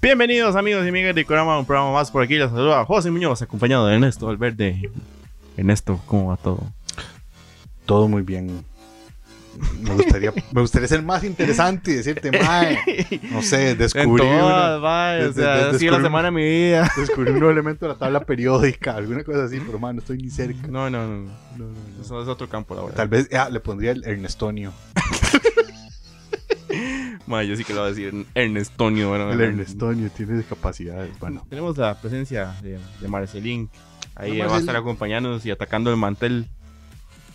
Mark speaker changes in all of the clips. Speaker 1: Bienvenidos amigos y amigas de Corama, un programa más por aquí. Les saluda José Muñoz, acompañado de Ernesto Valverde. Ernesto, ¿cómo va todo?
Speaker 2: Todo muy bien. Me gustaría, me gustaría ser más interesante y decirte, mae, no sé, descubrí,
Speaker 1: en todas,
Speaker 2: una-
Speaker 1: va, o
Speaker 2: des-
Speaker 1: sea,
Speaker 2: des-
Speaker 1: ha sido la
Speaker 2: descubrí-
Speaker 1: semana de mi vida.
Speaker 2: descubrí un nuevo elemento de la tabla periódica, alguna cosa así, pero mae, no estoy ni cerca.
Speaker 1: No, no, no,
Speaker 2: No, no, no.
Speaker 1: eso es otro campo laboral.
Speaker 2: Tal vez ah, le pondría el Ernestonio.
Speaker 1: Madre, yo sí que lo voy a decir Ernestonio. Bueno,
Speaker 2: El
Speaker 1: bueno.
Speaker 2: Ernestonio tiene discapacidades. Bueno,
Speaker 1: Tenemos la presencia de, de Marcelín. Ahí
Speaker 2: Hola,
Speaker 1: va a
Speaker 2: Marcelín.
Speaker 1: estar acompañándonos y atacando el mantel.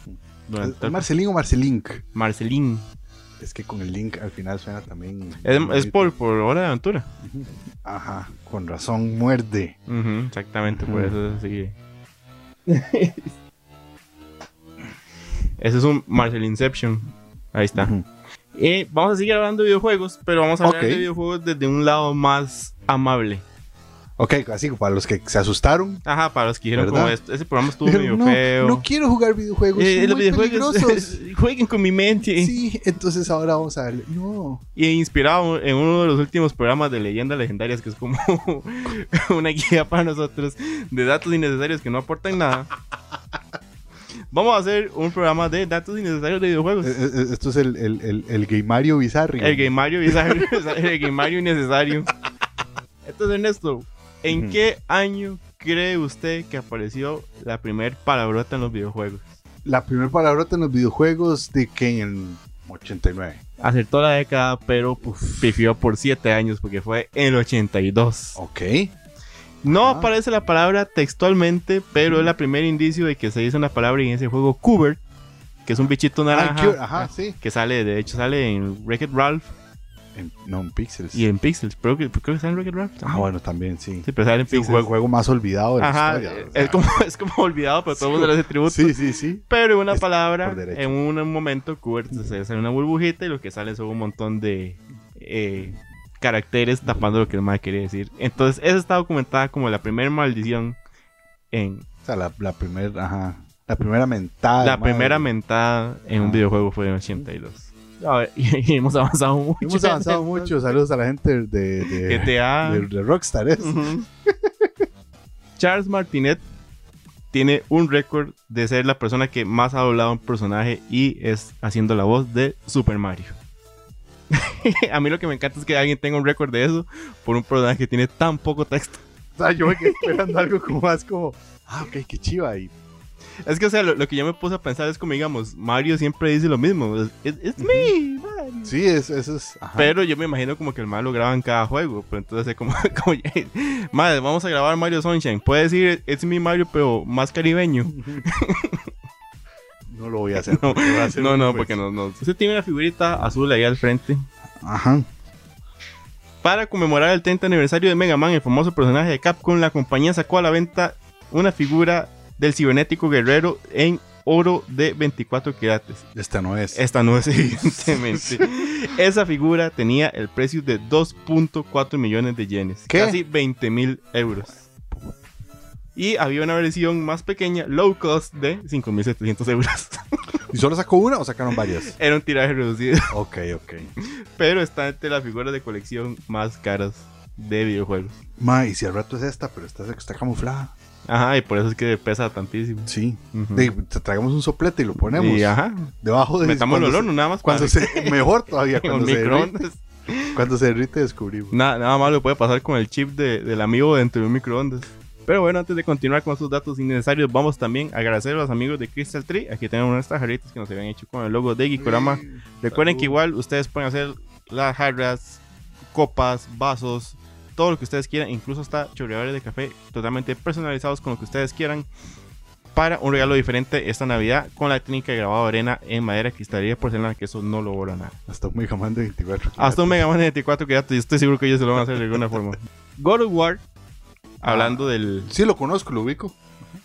Speaker 2: ¿es
Speaker 1: Durante
Speaker 2: Marcelín o Marcelink?
Speaker 1: Marcelín.
Speaker 2: Es que con el link al final suena también.
Speaker 1: Es, es por, por hora de aventura.
Speaker 2: Ajá, con razón muerde.
Speaker 1: Ujú, exactamente, por
Speaker 2: Ujú.
Speaker 1: eso sí. Ese es un Marcel Inception. Ahí está.
Speaker 2: Ujú.
Speaker 1: Eh, vamos a seguir hablando de videojuegos, pero vamos a hablar
Speaker 2: Ok.
Speaker 1: de videojuegos desde un lado más amable.
Speaker 2: Ok, así para los que se asustaron.
Speaker 1: Ajá, para los que dijeron
Speaker 2: ¿Verdad?
Speaker 1: como este, ese programa estuvo medio
Speaker 2: dijeron, no,
Speaker 1: feo.
Speaker 2: no quiero jugar videojuegos.
Speaker 1: Eh,
Speaker 2: son
Speaker 1: los
Speaker 2: muy
Speaker 1: videojuegos
Speaker 2: peligrosos.
Speaker 1: jueguen con mi mente.
Speaker 2: Sí, entonces ahora vamos a ver. No.
Speaker 1: Y inspirado en uno de los últimos programas de leyendas legendarias, que es como una guía para nosotros de datos innecesarios que no aportan nada. Vamos a hacer un programa de datos innecesarios de videojuegos.
Speaker 2: Eh, eh, Esto es el, el, el, el Gaymario Bizarri.
Speaker 1: Pues El Gamario bizarro, el Gamario innecesario. Entonces, Ernesto, ¿en
Speaker 2: Ujú.
Speaker 1: qué año cree usted que apareció la primer palabrota en los videojuegos?
Speaker 2: La primera palabrota en los videojuegos de que en el 89.
Speaker 1: Acertó la década, pero pues, pifió por 7 años porque fue en el 82.
Speaker 2: Ok.
Speaker 1: No
Speaker 2: Ajá.
Speaker 1: aparece la palabra textualmente, pero es la primer indicio de que se dice una palabra en ese juego Cubert, que es un bichito
Speaker 2: Ah,
Speaker 1: naranja
Speaker 2: cute, Ajá, sí.
Speaker 1: que sale, de hecho sale en Wreck-It Ralph
Speaker 2: En- no, en Pixels.
Speaker 1: y en Pixels. Creo que, creo que sale en Wreck-It Ralph.
Speaker 2: Ah, bueno, también, sí.
Speaker 1: Sí, pero sale en
Speaker 2: Sí,
Speaker 1: Pixels.
Speaker 2: es el juego más olvidado de la
Speaker 1: Ajá, eh,
Speaker 2: historia. o sea.
Speaker 1: es como, es como olvidado, pero todo el mundo le hace tributo.
Speaker 2: Sí, sí, sí.
Speaker 1: Pero en una
Speaker 2: Es
Speaker 1: palabra,
Speaker 2: por derecho.
Speaker 1: en un momento, Cubert se sale una burbujita y lo que sale son un montón de eh, caracteres tapando lo que el más quería decir. Entonces, esa está documentada como la primera maldición en,
Speaker 2: O sea, la, la primera, ajá. La primera mentada.
Speaker 1: La
Speaker 2: madre.
Speaker 1: primera mentada en un
Speaker 2: Ajá.
Speaker 1: videojuego fue en 82. Ah. A ver, y, y hemos avanzado mucho. Eh,
Speaker 2: Hemos avanzado mucho. Saludos a la gente de, de,
Speaker 1: GTA.
Speaker 2: de- de Rockstar. ¿eh? ¿es?
Speaker 1: Ujú. Charles Martinet tiene un récord de ser la persona que más ha doblado un personaje y es haciendo la voz de Super Mario. A mí lo que me encanta es que alguien tenga un récord de eso por un personaje que tiene tan poco texto.
Speaker 2: O sea, yo me quedé esperando algo como más como. Ah, ok, qué chiva. Y
Speaker 1: Es que, o sea, lo, lo que yo me puse a pensar es como, digamos, Mario siempre dice lo mismo. Es it's me, Mario.
Speaker 2: sí, es- eso es. ajá.
Speaker 1: Pero yo me imagino como que el mal lo graba en cada juego. Pero entonces es como, como ya, madre, vamos a grabar Mario Sunshine. Puede decir, es mi Mario, pero más caribeño.
Speaker 2: No lo voy a hacer.
Speaker 1: No,
Speaker 2: porque va a ser
Speaker 1: no,
Speaker 2: un-
Speaker 1: no, porque no, no. Usted tiene una figurita azul ahí al frente.
Speaker 2: Ajá.
Speaker 1: Para conmemorar el 30 aniversario de Mega Man, el famoso personaje de Capcom, la compañía sacó a la venta una figura del cibernético guerrero en oro de 24 quilates.
Speaker 2: Esta no es.
Speaker 1: Esta no es, evidentemente. Esa figura tenía el precio de 2.4 millones de yenes.
Speaker 2: ¿Qué?
Speaker 1: Casi 20 mil euros. Y había una versión más pequeña, low cost, de 5.700 euros.
Speaker 2: ¿Y solo sacó una o sacaron varias?
Speaker 1: Era un tiraje reducido.
Speaker 2: ok, ok.
Speaker 1: Pero está entre las figuras de colección más caras de videojuegos.
Speaker 2: Ma, y si al rato es esta, pero esta está camuflada.
Speaker 1: Ajá, y por eso es que pesa tantísimo.
Speaker 2: Sí.
Speaker 1: Ujú.
Speaker 2: De- te traigamos un soplete y lo ponemos.
Speaker 1: Y ajá,
Speaker 2: Debajo de.
Speaker 1: metamos el
Speaker 2: cuando
Speaker 1: olor,
Speaker 2: se-
Speaker 1: nada más.
Speaker 2: Cuando
Speaker 1: para-
Speaker 2: se, mejor todavía,
Speaker 1: en un
Speaker 2: cuando se, derrite,
Speaker 1: microondas.
Speaker 2: cuando se derrite descubrimos.
Speaker 1: Nada, nada más lo puede pasar con el chip de- del amigo dentro de un microondas. Pero bueno, antes de continuar con sus datos innecesarios, vamos también a agradecer a los amigos de Crystal Tree. Aquí tenemos nuestras jarritas que nos habían hecho con el logo de Gikorama. Recuerden que igual ustedes pueden hacer las jarras, copas, vasos, todo lo que ustedes quieran, incluso hasta chorreadores de café totalmente personalizados con lo que ustedes quieran para un regalo diferente esta Navidad con la técnica de grabado de arena en madera, cristalería, porcelana, que eso no lo borra nada.
Speaker 2: Hasta un Mega Man de 24.
Speaker 1: Hasta un Mega Man de 24 que ya te- estoy seguro que ellos se lo van a hacer de alguna forma. God of War, hablando
Speaker 2: Ah.
Speaker 1: de
Speaker 2: Sí, lo conozco, lo ubico.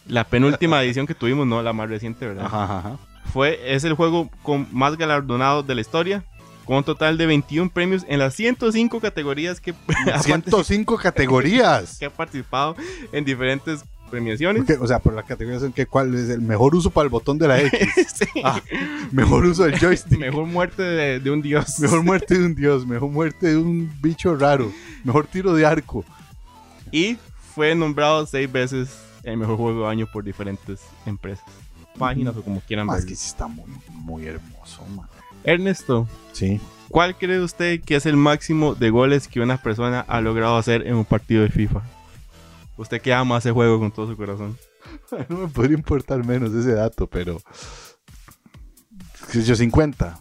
Speaker 1: la penúltima edición que tuvimos, no la más reciente, ¿verdad?
Speaker 2: Ajá, ajá.
Speaker 1: Fue, es el juego con más galardonado de la historia, con un total de 21 premios en las 105 categorías que, ha, partic-
Speaker 2: 105 categorías.
Speaker 1: que ha participado en diferentes premiaciones.
Speaker 2: Porque, o sea, por la categoría son que cuál es el mejor uso para el botón de la X.
Speaker 1: Sí.
Speaker 2: Ah, mejor uso del joystick.
Speaker 1: Mejor muerte de, de un dios.
Speaker 2: Mejor muerte de un dios, mejor muerte de un bicho raro, mejor tiro de arco.
Speaker 1: Y fue nombrado seis veces el mejor juego del año por diferentes empresas, páginas o como quieran
Speaker 2: Más
Speaker 1: verlo.
Speaker 2: Ah, que sí está muy, muy hermoso, man.
Speaker 1: Ernesto,
Speaker 2: Sí.
Speaker 1: ¿cuál cree usted que es el máximo de goles que una persona ha logrado hacer en un partido de FIFA? Usted que ama ese juego con todo su corazón.
Speaker 2: No me podría importar menos ese dato, pero. Yo 50.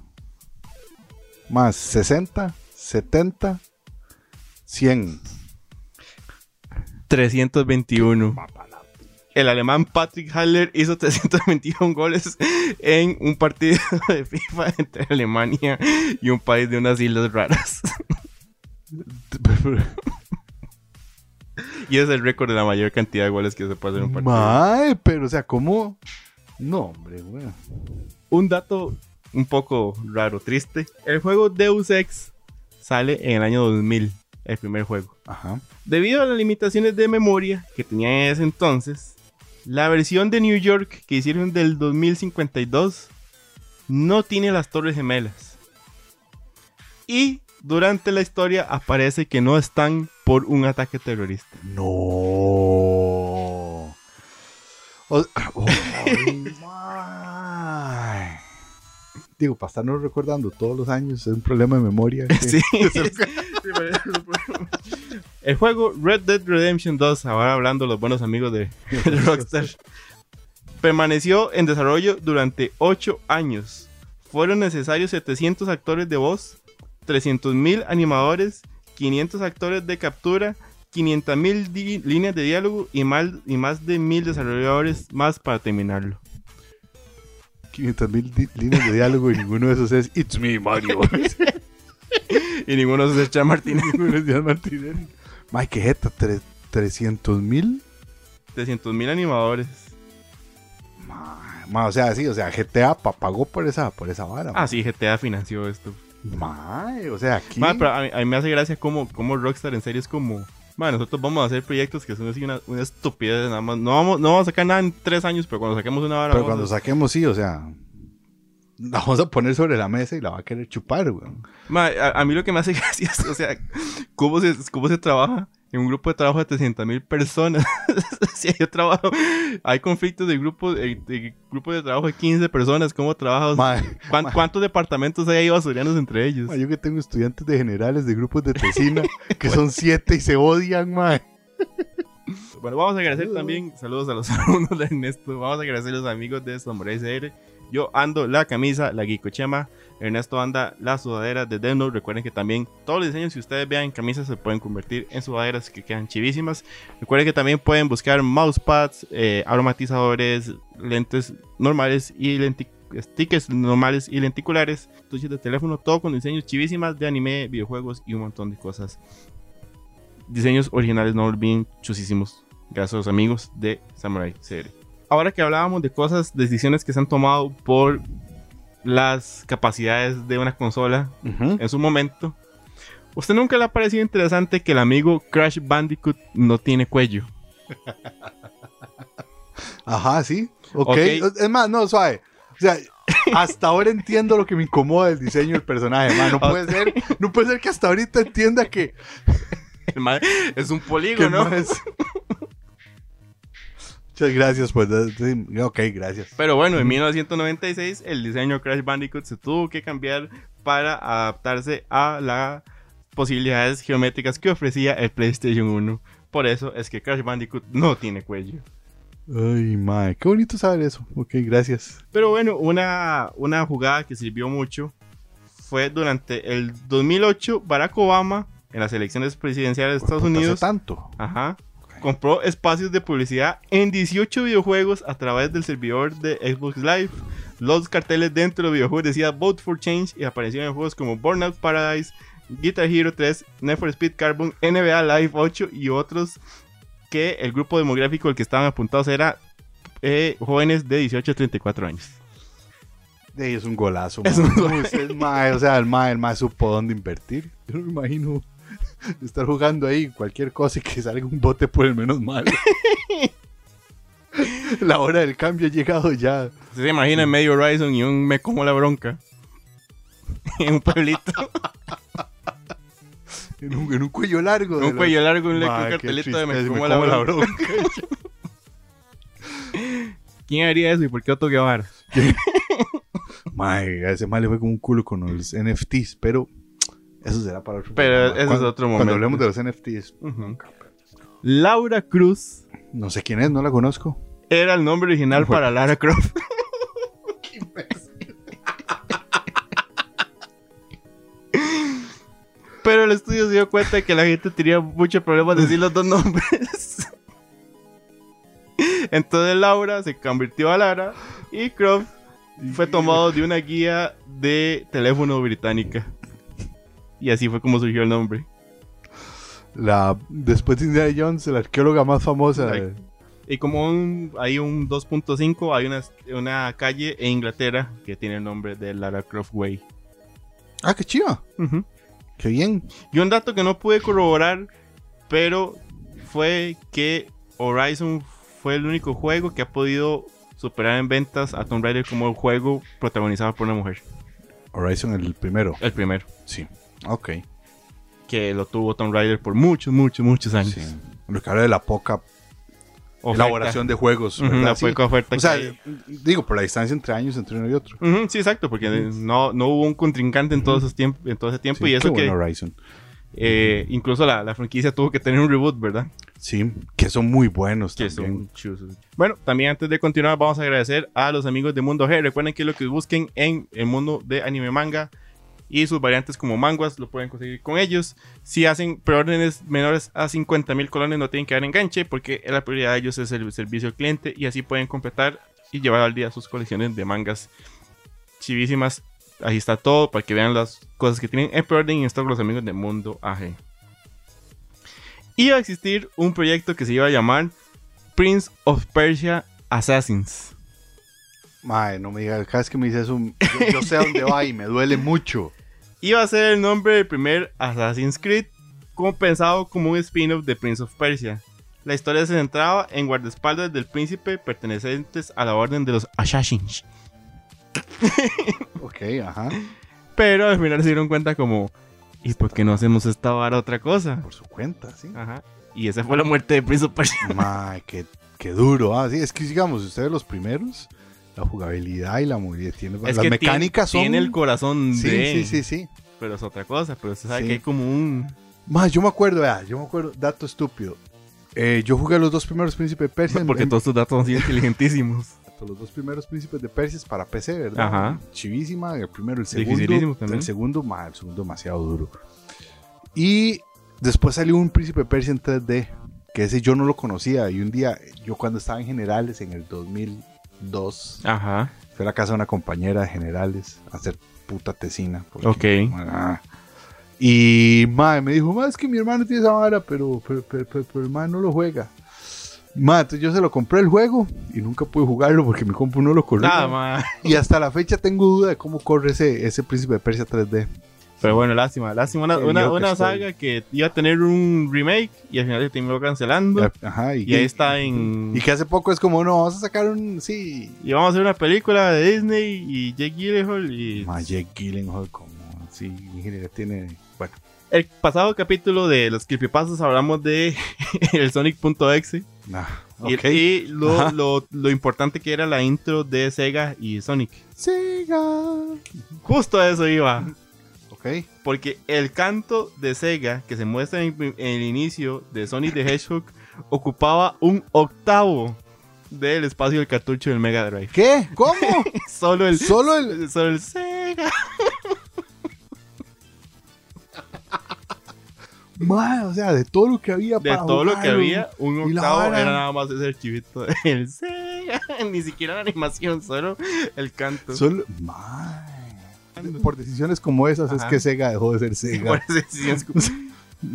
Speaker 2: Más 60, 70, 100.
Speaker 1: 321. El alemán Patrick Haller hizo 321 goles en un partido de FIFA entre Alemania y un país de unas islas raras. Y es el récord de la mayor cantidad de goles que se puede hacer en un partido.
Speaker 2: Mae, pero o sea, ¿cómo? No, hombre, weón.
Speaker 1: un dato un poco raro, triste. El juego Deus Ex sale en el año 2000, el primer juego.
Speaker 2: Ajá.
Speaker 1: Debido a las limitaciones de memoria que tenía en ese entonces, la versión de New York que hicieron del 2052 no tiene las torres gemelas. Y durante la historia aparece que no están por un ataque terrorista.
Speaker 2: No. O- oh, mae. Digo, para estarnos recordando todos los años, es un problema de memoria. que-
Speaker 1: Sí. El juego Red Dead Redemption 2, ahora hablando los buenos amigos de de Rockstar, permaneció en desarrollo durante 8 años. Fueron necesarios 700 actores de voz, 300.000 animadores, 500 actores de captura, 500.000 di- líneas de diálogo y, mal- y más de 1.000 desarrolladores más para terminarlo.
Speaker 2: 500 mil líneas de diálogo y ninguno de esos es It's me, Mario.
Speaker 1: Y ninguno se echa Martínez.
Speaker 2: ninguno es Díaz Martínez. Mike, qué jeta, 300 mil.
Speaker 1: 300.000 animadores.
Speaker 2: O sea, sí, o sea, GTA pa- pagó por esa, por esa vara.
Speaker 1: Ah, sí, GTA financió esto.
Speaker 2: Mae, o sea, aquí.
Speaker 1: Ma, pero a mí, a mí me hace gracia como, como Rockstar en serio es como... Ma, nosotros vamos a hacer proyectos que son así una, una estupidez nada más. No vamos, no vamos a sacar nada en tres años, pero cuando saquemos una vara...
Speaker 2: Pero
Speaker 1: vamos
Speaker 2: cuando
Speaker 1: a-
Speaker 2: saquemos, sí, o sea, la vamos a poner sobre la mesa y la va a querer chupar, weón.
Speaker 1: Ma, a, a mí lo que me hace gracia es, o sea, cómo se, cómo se trabaja en un grupo de trabajo de 300 mil personas. si hay trabajo, hay conflictos de grupos de, de grupos de trabajo de 15 personas, ¿cómo trabajas?
Speaker 2: Mae,
Speaker 1: ¿Cuán-
Speaker 2: ma-
Speaker 1: ¿Cuántos departamentos hay ahí basureanos entre ellos?
Speaker 2: mae, yo que tengo estudiantes de generales de grupos de tesina que son siete y se odian, mae.
Speaker 1: Bueno, vamos a agradecer también saludos a los alumnos de Ernesto. Vamos a agradecer a los amigos de Samurai CR. Yo ando la camisa, la guicochema. Ernesto anda la sudadera de Death Note. Recuerden que también todos los diseños que ustedes vean en camisas se pueden convertir en sudaderas que quedan chivísimas. Recuerden que también pueden buscar mousepads, eh, aromatizadores, lentes normales y lenti- stickers normales y lenticulares, tuches de teléfono, todo con diseños chivísimas de anime, videojuegos y un montón de cosas. Diseños originales, no olviden, chusísimos gracias a los amigos de Samurai CR. Ahora que hablábamos de cosas, decisiones que se han tomado por las capacidades de una consola en su momento, ¿usted nunca le ha parecido interesante que el amigo Crash Bandicoot no tiene cuello?
Speaker 2: Ajá, sí.
Speaker 1: Ok.
Speaker 2: ok. Es más, no, suave. O sea, hasta ahora entiendo lo que me incomoda el diseño del personaje, man. No puede ser, no puede ser que hasta ahorita entienda que,
Speaker 1: El ma- es un
Speaker 2: que
Speaker 1: polígono.
Speaker 2: más. Muchas gracias, pues. sí, Ok, gracias.
Speaker 1: Pero bueno, en 1996 el diseño de Crash Bandicoot se tuvo que cambiar para adaptarse a las posibilidades geométricas que ofrecía el PlayStation 1. Por eso es que Crash Bandicoot no tiene cuello.
Speaker 2: Ay, mae, qué bonito saber eso. Ok, gracias.
Speaker 1: Pero bueno, una, una jugada que sirvió mucho fue durante el 2008 Barack Obama en las elecciones presidenciales de Estados
Speaker 2: Puta, hace
Speaker 1: Unidos
Speaker 2: tanto.
Speaker 1: ajá, compró espacios de publicidad en 18 videojuegos a través del servidor de Xbox Live. Los carteles dentro de los videojuegos decían Vote for Change y aparecieron en juegos como Burnout Paradise, Guitar Hero 3, Need for Speed Carbon, NBA Live 8 y otros que el grupo demográfico al que estaban apuntados era eh, jóvenes de 18 a 34 años.
Speaker 2: Ey, es un golazo,
Speaker 1: Es
Speaker 2: mae.
Speaker 1: un golazo.
Speaker 2: Usted, mae, o sea, el mae, el mae supo dónde invertir. Yo no me imagino estar jugando ahí cualquier cosa y que salga un bote por el menos mal. La hora del cambio ha llegado ya.
Speaker 1: ¿Se imagina medio Horizon y un me como la bronca? en un pueblito.
Speaker 2: En un, en un cuello largo. de
Speaker 1: un
Speaker 2: la-
Speaker 1: cuello largo, un,
Speaker 2: Ma,
Speaker 1: un
Speaker 2: qué
Speaker 1: cartelito de me
Speaker 2: tristeza,
Speaker 1: como la bronca.
Speaker 2: bronca.
Speaker 1: ¿Quién haría eso y por qué Otto Guevara?
Speaker 2: Mae, a ese mal le fue como un culo con los NFTs, pero eso será para otro
Speaker 1: Pero ese es
Speaker 2: Cuando-
Speaker 1: otro
Speaker 2: Cuando
Speaker 1: momento.
Speaker 2: hablemos de los NFTs,
Speaker 1: Ujú. Laura Cruz
Speaker 2: no sé quién es, no la conozco.
Speaker 1: era el nombre original para Lara Croft. Pero el estudio se dio cuenta de que la gente tenía muchos problemas de decir los dos nombres. Entonces Laura se convirtió a Lara y Croft fue tomado de una guía de teléfono británica. Y así fue como surgió el nombre.
Speaker 2: La, después de Indiana Jones, la arqueóloga más famosa.
Speaker 1: Ay. Y como un- hay un 2.5, hay una, una calle en Inglaterra que tiene el nombre de Lara Croft Way.
Speaker 2: Ah, qué chiva, qué bien.
Speaker 1: Y un dato que no pude corroborar, pero fue que Horizon fue el único juego que ha podido superar en ventas a Tomb Raider como el juego protagonizado por una mujer.
Speaker 2: Horizon el primero,
Speaker 1: El primero.
Speaker 2: sí. Ok.
Speaker 1: Que lo tuvo Tomb Raider por muchos, muchos, muchos años.
Speaker 2: Sí. Lo que habla de la poca
Speaker 1: Oferta.
Speaker 2: elaboración de juegos,
Speaker 1: Ujú,
Speaker 2: ¿verdad?
Speaker 1: la
Speaker 2: Sí.
Speaker 1: poca oferta
Speaker 2: O sea,
Speaker 1: que hay.
Speaker 2: digo, por la distancia entre años entre uno y otro.
Speaker 1: Ujú, sí, exacto, porque no, no hubo un contrincante en, todos esos tiemp- en todo ese tiempo
Speaker 2: Sí,
Speaker 1: y eso
Speaker 2: qué
Speaker 1: que...
Speaker 2: bueno, Horizon.
Speaker 1: Eh, incluso la, la franquicia tuvo que tener un reboot, ¿verdad?
Speaker 2: Sí, que son muy buenos
Speaker 1: Que
Speaker 2: también.
Speaker 1: son chuzos. Bueno, también antes de continuar, vamos a agradecer a los amigos de Mundo G. Recuerden que lo que busquen en el mundo de anime manga y sus variantes como manguas lo pueden conseguir con ellos. Si hacen preórdenes menores a 50 mil colones, no tienen que dar enganche porque la prioridad de ellos es el servicio al cliente y así pueden completar y llevar al día sus colecciones de mangas chivísimas. Ahí está todo para que vean las cosas que tienen en preorden y en stock los amigos de Mundo AG. Iba a existir un proyecto que se iba a llamar Prince of Persia Assassins.
Speaker 2: Mae, no me digas, cada vez que me dices eso, yo, yo sé a dónde va y me duele mucho.
Speaker 1: Iba a ser el nombre del primer Assassin's Creed, compensado como un spin-off de Prince of Persia. La historia se centraba en guardaespaldas del príncipe pertenecientes a la orden de los Assassins.
Speaker 2: Ok, ajá.
Speaker 1: Pero al final se dieron cuenta como, ¿y por qué no hacemos esta vara otra cosa?
Speaker 2: Por su cuenta, sí.
Speaker 1: Ajá. Y esa fue la muerte de Prince of Persia.
Speaker 2: Mae, qué, qué duro. Ah, sí, es que digamos, ustedes los primeros, la jugabilidad y la movilidad tienen.
Speaker 1: Es
Speaker 2: las
Speaker 1: que
Speaker 2: mecánicas
Speaker 1: tiene, Tiene
Speaker 2: son.
Speaker 1: el corazón
Speaker 2: sí,
Speaker 1: de...
Speaker 2: sí, sí, sí.
Speaker 1: Pero es otra cosa, pero se sabe
Speaker 2: Sí.
Speaker 1: que hay como un...
Speaker 2: Mae, yo me acuerdo, vea, yo me acuerdo, dato estúpido. Eh, yo jugué los dos primeros príncipes de Persia. en-
Speaker 1: Porque
Speaker 2: en-
Speaker 1: todos tus datos son así inteligentísimos.
Speaker 2: los dos primeros príncipes de Persia es para PC, ¿verdad?
Speaker 1: Ajá.
Speaker 2: Chivísima, el primero, el segundo.
Speaker 1: Dificilísimo también.
Speaker 2: El segundo, ma, el segundo demasiado duro. Y después salió un príncipe de Persia en 3D, que ese yo no lo conocía. Y un día, yo cuando estaba en generales, en el 2002,
Speaker 1: Ajá.
Speaker 2: fui a la casa de una compañera de generales a hacer puta tesina. porque,
Speaker 1: Ok.
Speaker 2: ma, y ma, me dijo, ma, es que mi hermano tiene esa vara, pero, pero, pero, pero- pero el ma no lo juega. Ma, entonces yo se lo compré el juego y nunca pude jugarlo porque mi compu no lo corría.
Speaker 1: Nada más.
Speaker 2: Y hasta la fecha tengo duda de cómo corre ese, ese príncipe de Persia 3D.
Speaker 1: Pero bueno, lástima, lástima. Una,
Speaker 2: Qué
Speaker 1: una,
Speaker 2: idiota
Speaker 1: una
Speaker 2: estoy.
Speaker 1: saga que iba a tener un remake y al final se terminó cancelando.
Speaker 2: Ajá, y,
Speaker 1: Y ahí está en.
Speaker 2: y que hace poco es como, no, vamos a sacar un. Sí.
Speaker 1: Y vamos a hacer una película de Disney y Jake Gyllenhaal y.
Speaker 2: Ma, Jake Gyllenhaal, como. Sí, ingeniería tiene. Bueno,
Speaker 1: El pasado capítulo de los creepypastas hablamos de el Sonic.exe
Speaker 2: nah,
Speaker 1: y-
Speaker 2: ok.
Speaker 1: y, lo,
Speaker 2: Ajá.
Speaker 1: lo, lo importante que era la intro de Sega y Sonic.
Speaker 2: Sega.
Speaker 1: Justo a eso iba.
Speaker 2: Ok.
Speaker 1: Porque el canto de Sega que se muestra en, en el inicio de Sonic the Hedgehog ocupaba un octavo del espacio del cartucho del Mega Drive.
Speaker 2: ¿Qué? ¿Cómo?
Speaker 1: Solo el,
Speaker 2: Solo el.
Speaker 1: solo el Sega.
Speaker 2: Ma, o sea, de todo lo que había
Speaker 1: De
Speaker 2: para
Speaker 1: todo lo que
Speaker 2: jugarlo.
Speaker 1: había, un
Speaker 2: Y la
Speaker 1: octavo
Speaker 2: vara.
Speaker 1: era nada más ese archivito del Sega. Ni siquiera la animación, solo el canto.
Speaker 2: Solo. Ma. Por decisiones como esas es
Speaker 1: Ajá.
Speaker 2: que Sega dejó de ser Sega.
Speaker 1: Por eso decías como-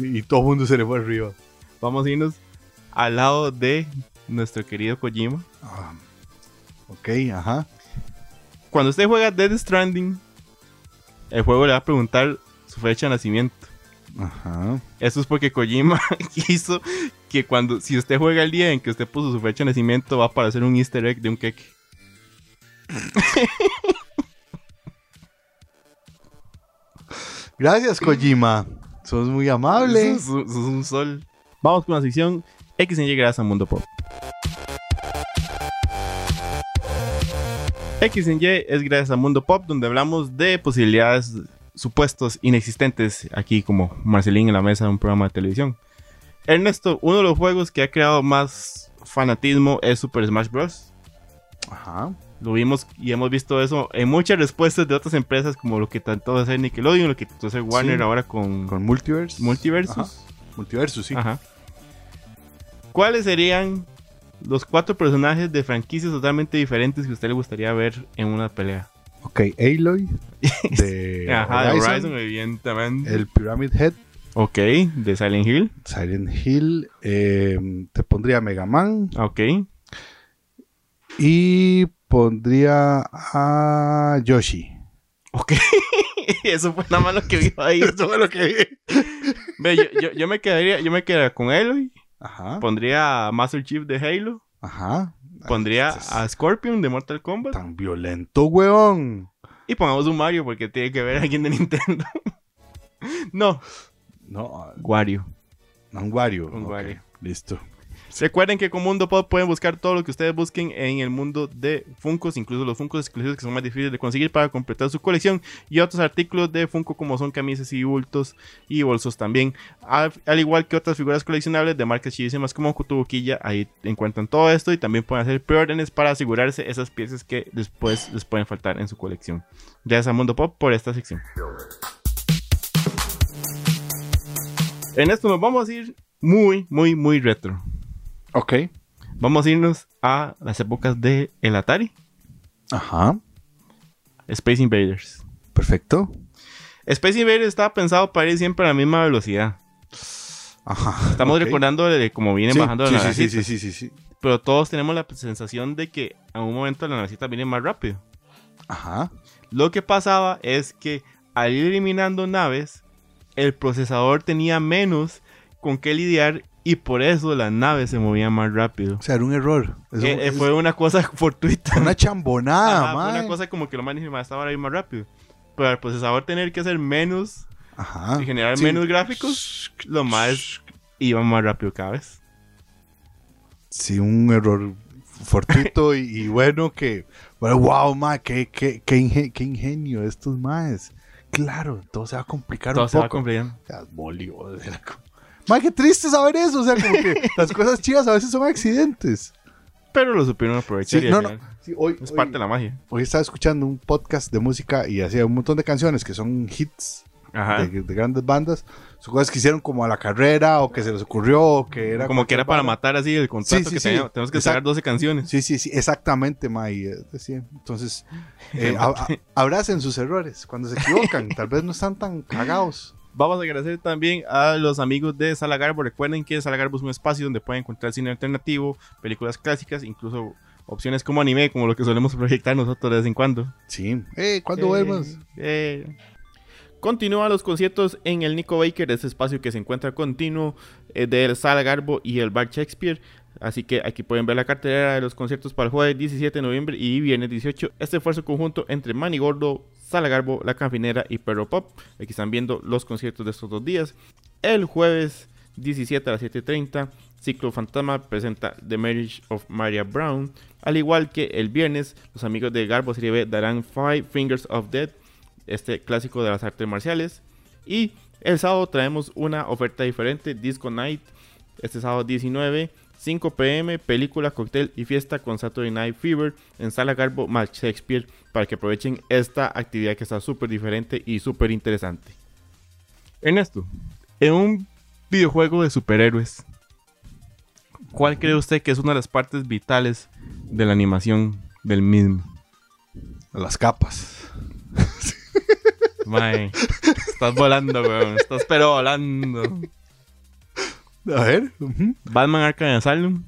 Speaker 2: Y todo el mundo se le fue arriba.
Speaker 1: Vamos a irnos al lado de nuestro querido Kojima.
Speaker 2: Ah, ok, ajá.
Speaker 1: Cuando usted juega Dead Stranding, el juego le va a preguntar su fecha de nacimiento.
Speaker 2: Ajá.
Speaker 1: Eso es porque Kojima quiso que cuando, si usted juega el día en que usted puso su fecha de nacimiento, va a aparecer un easter egg de un queque.
Speaker 2: Gracias, Kojima. Sos muy amable.
Speaker 1: Es un- es un sol. Vamos con la sección X en Y gracias a Mundo Pop. X en Y es gracias a Mundo Pop, donde hablamos de posibilidades supuestos inexistentes aquí como Marcelín en la mesa de un programa de televisión. Ernesto, uno de los juegos que ha creado más fanatismo es Super Smash Bros.
Speaker 2: Ajá.
Speaker 1: Lo vimos y hemos visto eso en muchas respuestas de otras empresas como lo que tanto hace Nickelodeon, lo que tanto hace Warner
Speaker 2: Sí.
Speaker 1: ahora con,
Speaker 2: Con Multiverse.
Speaker 1: Multiversus.
Speaker 2: Ajá. Multiversus, sí.
Speaker 1: Ajá. ¿Cuáles serían los cuatro personajes de franquicias totalmente diferentes que a usted le gustaría ver en una pelea?
Speaker 2: Ok, Aloy. De
Speaker 1: Ajá, de
Speaker 2: Eh, Horizon,
Speaker 1: Horizon, evidentemente.
Speaker 2: El Pyramid Head.
Speaker 1: Ok, de Silent Hill.
Speaker 2: Silent Hill. eh, te pondría Mega Man.
Speaker 1: Ok,
Speaker 2: Y pondría a Yoshi.
Speaker 1: ok. Eso fue nada más lo que vio ahí.
Speaker 2: Eso es lo que vi.
Speaker 1: Ve, yo, yo- yo me quedaría, yo me quedaría con Eloy.
Speaker 2: Ajá.
Speaker 1: Pondría a Master Chief de Halo.
Speaker 2: Ajá.
Speaker 1: Pondría
Speaker 2: Ay,
Speaker 1: a Scorpion de Mortal Kombat.
Speaker 2: Tan violento, weón.
Speaker 1: Y pongamos un Mario porque tiene que ver a alguien de Nintendo. no,
Speaker 2: No,
Speaker 1: Wario.
Speaker 2: no, un Wario.
Speaker 1: Un
Speaker 2: Ok,
Speaker 1: Wario.
Speaker 2: Listo.
Speaker 1: Recuerden que con Mundo Pop pueden buscar todo lo que ustedes busquen en el mundo de Funkos, incluso los Funkos exclusivos que son más difíciles de conseguir para completar su colección y otros artículos de Funko como son camisas y bultos y bolsos también, al, al igual que otras figuras coleccionables de marcas chidísimas como Cutubuquilla, ahí encuentran todo esto y también pueden hacer preórdenes para asegurarse esas piezas que después les pueden faltar en su colección. Gracias a Mundo Pop por esta sección. En esto nos vamos a ir muy, muy, muy retro.
Speaker 2: Ok.
Speaker 1: Vamos a irnos a las épocas de el Atari,
Speaker 2: Ajá.
Speaker 1: Space Invaders.
Speaker 2: Perfecto.
Speaker 1: Space Invaders estaba pensado para ir siempre a la misma velocidad.
Speaker 2: Ajá.
Speaker 1: Estamos
Speaker 2: ok.
Speaker 1: recordando de cómo vienen
Speaker 2: Sí,
Speaker 1: bajando las
Speaker 2: sí, sí,
Speaker 1: navecitas,
Speaker 2: sí, sí, sí, sí.
Speaker 1: pero todos tenemos la sensación de que a un momento las navecitas vienen más rápido.
Speaker 2: Ajá.
Speaker 1: Lo que pasaba es que al ir eliminando naves, el procesador tenía menos con qué lidiar y por eso las naves se movían más rápido.
Speaker 2: O sea, era un error. Es un-
Speaker 1: Eh, eh,
Speaker 2: es
Speaker 1: fue una cosa fortuita.
Speaker 2: una chambonada,
Speaker 1: Ajá, fue
Speaker 2: Ah, mae.
Speaker 1: una cosa como que lo manejan más ahora ir más rápido. Pero al procesador tener que hacer menos
Speaker 2: Ajá.
Speaker 1: y generar
Speaker 2: Ah, Sí.
Speaker 1: menos gráficos, lo más iba más rápido cada vez.
Speaker 2: Sí, un error fortuito y, y bueno que... Bueno, wow, ma, qué, qué, qué, inge- qué ingenio estos maes. Claro, todo se va a complicar
Speaker 1: Todo
Speaker 2: un
Speaker 1: se va
Speaker 2: poco.
Speaker 1: cumpliendo.
Speaker 2: O sea, Bolio, o sea, como- Ma, qué triste saber eso. O sea, como que las cosas chivas a veces son accidentes.
Speaker 1: Pero lo supieron aprovechar.
Speaker 2: Sí,
Speaker 1: y al
Speaker 2: no, no.
Speaker 1: final-
Speaker 2: Sí, hoy,
Speaker 1: Es
Speaker 2: hoy-
Speaker 1: parte de la magia.
Speaker 2: hoy estaba escuchando un podcast de música y hacía un montón de canciones que son hits
Speaker 1: Ajá.
Speaker 2: de, de grandes bandas. Son cosas que hicieron como a la carrera o que se les ocurrió o que era.
Speaker 1: como que era para
Speaker 2: cualquier
Speaker 1: matar así el contrato
Speaker 2: Sí, sí,
Speaker 1: que
Speaker 2: sí.
Speaker 1: teníamos. Tenemos que
Speaker 2: Exacto.
Speaker 1: sacar 12
Speaker 2: vara.
Speaker 1: canciones.
Speaker 2: Sí, sí, sí, exactamente, ma. y, eh, sí, entonces, eh, a- a- abracen sus errores cuando se equivocan. Tal vez no están tan cagados.
Speaker 1: Vamos a agradecer también a los amigos de Sala Garbo. Recuerden que Sala Garbo es un espacio donde pueden encontrar cine alternativo, películas clásicas, incluso opciones como anime, como lo que solemos proyectar nosotros de vez en cuando.
Speaker 2: Sí. Eh, ¿cuándo
Speaker 1: Eh,
Speaker 2: vuelvas?
Speaker 1: eh. Continúa los conciertos en el Nico Baker, ese espacio que se encuentra continuo eh, del Sala Garbo y el Bar Shakespeare. Así que aquí pueden ver la cartelera de los conciertos para el jueves 17 de noviembre y viernes 18. Este esfuerzo conjunto entre Manigordo, Sala Garbo, La Canfinera y Perro Pop. Aquí están viendo los conciertos de estos dos días. El jueves 17 a las 7.30, Ciclo Fantasma presenta The Marriage of Maria Brown. Al igual que el viernes, los amigos de Garbo Serie B darán Five Fingers of Death, este clásico de las artes marciales. Y el sábado traemos una oferta diferente, Disco Night, este sábado 19, 5 pm, película, cóctel y fiesta con Saturday Night Fever en Sala Garbo más Shakespeare para que aprovechen esta actividad que está súper diferente y súper interesante. Ernesto, en un videojuego de superhéroes, ¿cuál cree usted que es una de las partes vitales de la animación del mismo?
Speaker 2: Las capas.
Speaker 1: Mae, estás volando, weón. Estás pero volando.
Speaker 2: A ver. ujú,
Speaker 1: Batman Arkham Asylum,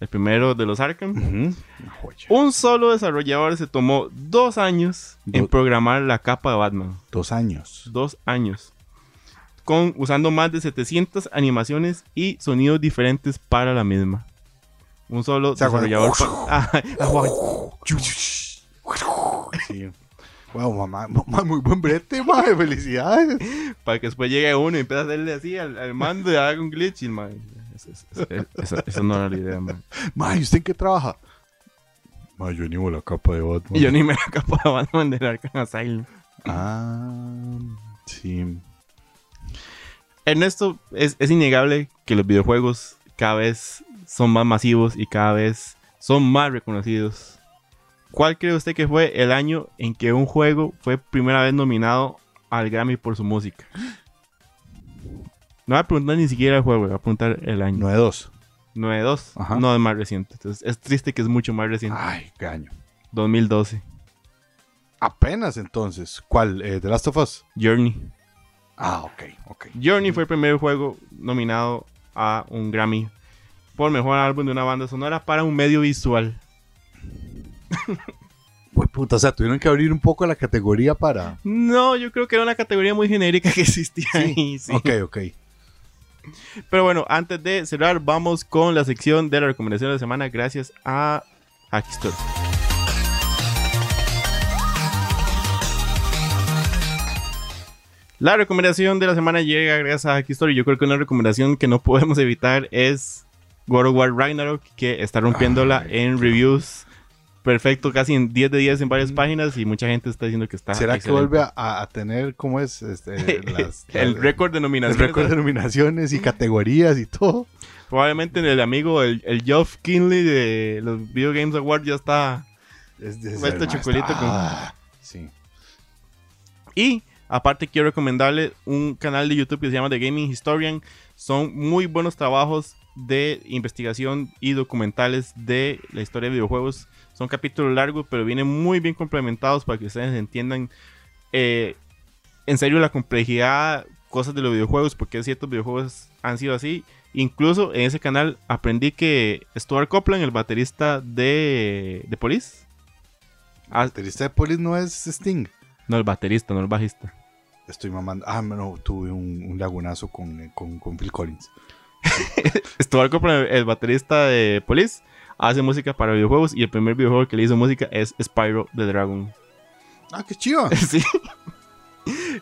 Speaker 1: el primero de los Arkham.
Speaker 2: ujú. Una joya.
Speaker 1: Un solo desarrollador se tomó dos años en
Speaker 2: Do-
Speaker 1: programar la capa de Batman.
Speaker 2: Dos años.
Speaker 1: Dos años. con, usando más de 700 animaciones y sonidos diferentes para la misma. Un solo
Speaker 2: sea, cuando-
Speaker 1: desarrollador. pa- Ah, ah, guau.
Speaker 2: Sí. Wow, mamá, mamá, muy buen brete, madre, felicidades.
Speaker 1: para que después llegue uno y empiece a hacerle así al, al mando y haga un glitch. y el mae, es- es- es- es- Esa esa no era la idea, mae.
Speaker 2: Madre, ¿usted en qué trabaja? Madre, yo animo la capa de
Speaker 1: Y
Speaker 2: Batman.
Speaker 1: yo ni me era capaz de Batman del Arkham Asylum.
Speaker 2: Ah, sí.
Speaker 1: Ernesto, es, es innegable que los videojuegos cada vez son más masivos y cada vez son más reconocidos. ¿Cuál cree usted que fue el año en que un juego fue primera vez nominado al Grammy por su música? No va a preguntar ni siquiera el juego, va a preguntar el año.
Speaker 2: 9-2.
Speaker 1: 9-2.
Speaker 2: Ajá.
Speaker 1: No es más reciente. Entonces es triste que es mucho más reciente.
Speaker 2: Ay, qué año.
Speaker 1: 2012.
Speaker 2: Apenas entonces. ¿Cuál? Eh, ¿The Last of Us?
Speaker 1: Journey.
Speaker 2: Ah, ok, ok.
Speaker 1: Journey fue el primer juego nominado a un Grammy por mejor álbum de una banda sonora para un medio visual.
Speaker 2: Güey, puta, o sea, tuvieron que abrir un poco la categoría para.
Speaker 1: No, yo creo que era una categoría muy genérica que existía ahí, sí.
Speaker 2: Ok, ok.
Speaker 1: Pero bueno, antes de cerrar, vamos con la sección de la recomendación de la semana, gracias a Hackstore. La recomendación de la semana llega gracias a Hackstore. y Yo creo que una recomendación que no podemos evitar es God of War Ragnarok, que está rompiéndola
Speaker 2: Ay,
Speaker 1: en reviews. Perfecto, casi en 10 de 10 en varias páginas y mucha gente está diciendo que está.
Speaker 2: Mm. ¿Será que
Speaker 1: Ah, excelente.
Speaker 2: vuelve a, a tener, cómo es? Este, las-
Speaker 1: el
Speaker 2: las-
Speaker 1: récord de
Speaker 2: el
Speaker 1: nominaciones?
Speaker 2: récord de nominaciones y categorías y todo.
Speaker 1: Probablemente el amigo, el, el Geoff Kinley de los Video Games Awards ya está.
Speaker 2: Es, es-
Speaker 1: Vuelto
Speaker 2: además,
Speaker 1: chocolito con-
Speaker 2: ah, Sí.
Speaker 1: Y aparte quiero recomendarle un canal de YouTube que se llama The Gaming Historian. Son muy buenos trabajos de investigación y documentales de la historia de videojuegos. Son capítulos largos, pero vienen muy bien complementados para que ustedes entiendan eh, en serio la complejidad, cosas de los videojuegos, porque ciertos videojuegos han sido así. Incluso en ese canal aprendí que Stuart Copeland, el baterista de, de Police, ah,
Speaker 2: Baterista de Polis no es Sting.
Speaker 1: no el baterista, no el bajista.
Speaker 2: Estoy mamando. Ah, no, tuve un, un lagunazo con, con, con Phil Collins.
Speaker 1: Stuart Copeland, el baterista de Police, hace música para videojuegos y el primer videojuego que le hizo música es Spyro the Dragon.
Speaker 2: Ah, qué chiva.
Speaker 1: Sí.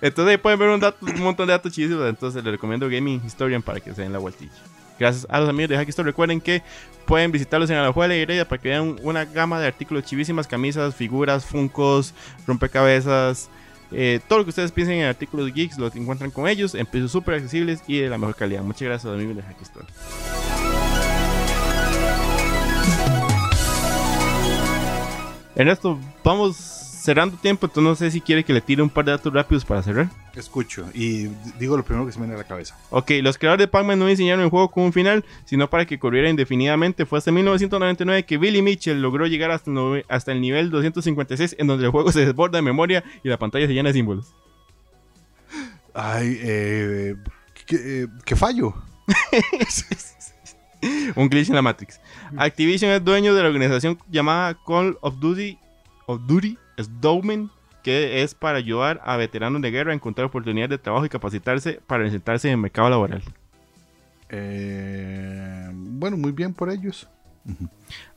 Speaker 1: Entonces ahí pueden ver un, dato- un montón de datos chidísimos. Entonces les recomiendo Gaming Historian para que se den la vueltilla. Gracias a los amigos de Hackisto. Recuerden que pueden visitarlos en Alajuela y Heredia para que vean una gama de artículos chivísimas, camisas, figuras, funcos, rompecabezas. eh, todo lo que ustedes piensen en artículos geeks lo encuentran con ellos en precios súper accesibles y de la mejor calidad. Muchas gracias a los amigos de Hackisto. Ernesto, vamos cerrando tiempo, entonces no sé si quiere que le tire un par de datos rápidos para cerrar.
Speaker 2: Escucho y d- digo lo primero que se me viene a la cabeza.
Speaker 1: Ok, los creadores de Pac-Man no diseñaron el juego con un final, sino para que corriera indefinidamente. Fue hasta 1999 que Billy Mitchell logró llegar hasta el, nove- hasta el nivel 256, en donde el juego se desborda de memoria y la pantalla se llena de símbolos.
Speaker 2: Ay, eh, qué, eh, qué fallo.
Speaker 1: Un glitch en la Matrix. Activision es dueño de la organización llamada Call of Duty, of Duty Snowmen, que es para ayudar a veteranos de guerra a encontrar oportunidades de trabajo y capacitarse para insertarse en el mercado laboral.
Speaker 2: Eh, bueno, muy bien por ellos.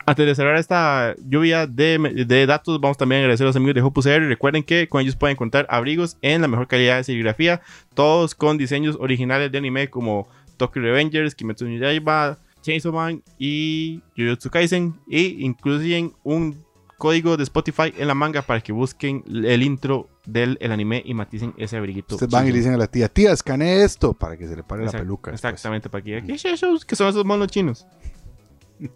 Speaker 1: Antes de cerrar esta lluvia de, de datos, vamos también a agradecer a los amigos de Hopusr. Recuerden que con ellos pueden encontrar abrigos en la mejor calidad de serigrafía, todos con diseños originales de anime como Tokyo Revengers, Kimetsu no Yaiba, Chainsaw Man y Jujutsu Kaisen. Y incluyen un código de Spotify en la manga para que busquen el intro del el anime y maticen ese abriguito.
Speaker 2: Ustedes van y le dicen a la tía, tía, escanee esto para que se le pare la
Speaker 1: Exact-
Speaker 2: peluca. después.
Speaker 1: Exactamente, para que diga, ¿qué es eso? ¿Qué son esos monos chinos?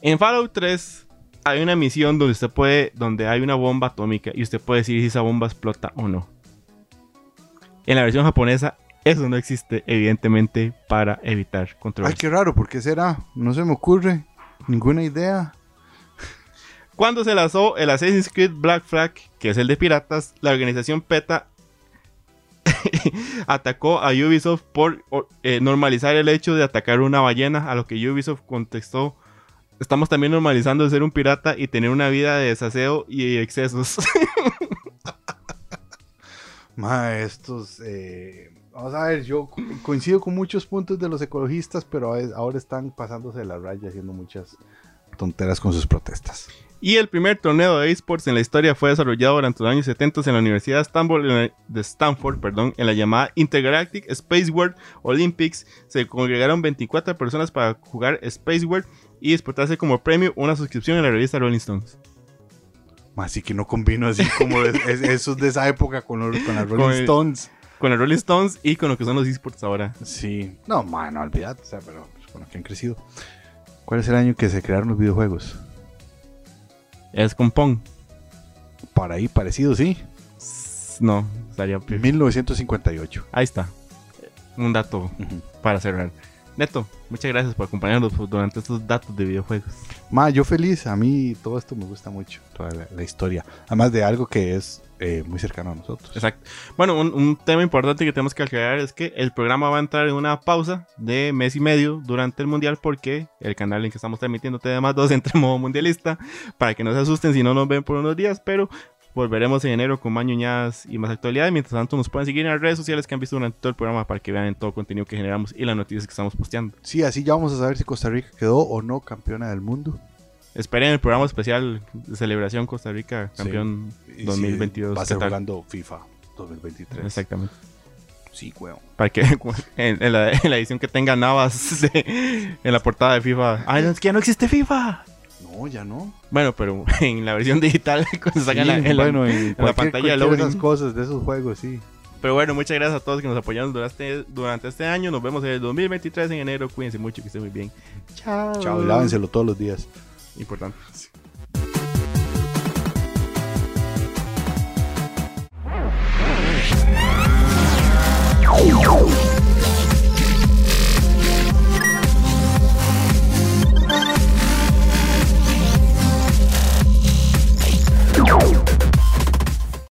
Speaker 1: en Fallout 3 hay una misión donde usted puede, donde hay una bomba atómica y usted puede decidir si esa bomba explota o no. En la versión japonesa, eso no existe, evidentemente, para evitar
Speaker 2: Ay,
Speaker 1: controversia.
Speaker 2: qué raro, ¿por qué será? No se me ocurre ninguna idea.
Speaker 1: Cuando se lanzó el Assassin's Creed Black Flag, que es el de piratas, la organización PETA atacó a Ubisoft por o- eh, normalizar el hecho de atacar una ballena, a lo que Ubisoft contestó, estamos también normalizando el ser un pirata y tener una vida de desaseo y excesos.
Speaker 2: Ma, estos. eh, Vamos a ver, yo co- coincido con muchos puntos de los ecologistas, pero a- ahora están pasándose de la raya haciendo muchas tonteras con sus protestas.
Speaker 1: Y el primer torneo de esports en la historia fue desarrollado durante los años 70 en la Universidad de Stanford, en la, de Stanford, perdón, en la llamada Intergalactic Space World Olympics. Se congregaron 24 personas para jugar Space World y disputarse como premio una suscripción en la revista Rolling Stones.
Speaker 2: Así que no combino así como es- es- esos de esa época con, los- con las Rolling
Speaker 1: el-
Speaker 2: Stones.
Speaker 1: Con la Rolling Stones y con lo que son los esports ahora.
Speaker 2: Sí. No, mano, olvidad, o sea, pero pues, con lo que han crecido. ¿Cuál es el año que se crearon los videojuegos?
Speaker 1: Es con Pong.
Speaker 2: Para ahí parecido, sí.
Speaker 1: S- No, estaría peor.
Speaker 2: 1958.
Speaker 1: Ahí está. Un dato
Speaker 2: Ujú.
Speaker 1: para cerrar. Neto, muchas gracias por acompañarnos durante estos datos de videojuegos.
Speaker 2: Ma, yo feliz, a mí todo esto me gusta mucho, toda la, la historia. Además de algo que es eh, muy cercano a nosotros.
Speaker 1: Exacto. Bueno, un, un tema importante que tenemos que aclarar es que el programa va a entrar en una pausa de mes y medio durante el mundial porque el canal en que estamos transmitiendo TDM2 entra en modo mundialista para que no se asusten si no nos ven por unos días, pero volveremos en enero con más ñoñadas y más actualidad. Mientras tanto, nos pueden seguir en las redes sociales que han visto durante todo el programa para que vean todo el contenido que generamos y las noticias que estamos posteando.
Speaker 2: Sí, así ya vamos a saber si Costa Rica quedó o no campeona del mundo.
Speaker 1: Esperen el programa especial de celebración Costa Rica campeón
Speaker 2: Y si
Speaker 1: 2022.
Speaker 2: va a
Speaker 1: ¿qué
Speaker 2: ser
Speaker 1: tal?
Speaker 2: jugando FIFA 2023.
Speaker 1: Exactamente.
Speaker 2: Sí, weón.
Speaker 1: Para que en, en la, en la edición que tenga Navas de- en la portada de FIFA. Ay, Ah, no, es que ya no existe FIFA.
Speaker 2: No, ya no.
Speaker 1: Bueno, pero en la versión digital cuando salga en la-
Speaker 2: Sí,
Speaker 1: en la-
Speaker 2: bueno, en cualquier-
Speaker 1: pantalla de
Speaker 2: cualquiera de esas
Speaker 1: loading.
Speaker 2: cosas, de esos juegos, sí.
Speaker 1: Pero bueno, muchas gracias a todos que nos apoyaron durante, durante este año. Nos vemos en el 2023 en enero. Cuídense mucho, que estén muy bien. Chao.
Speaker 2: Chao, lávenselo todos los días.
Speaker 1: Importante.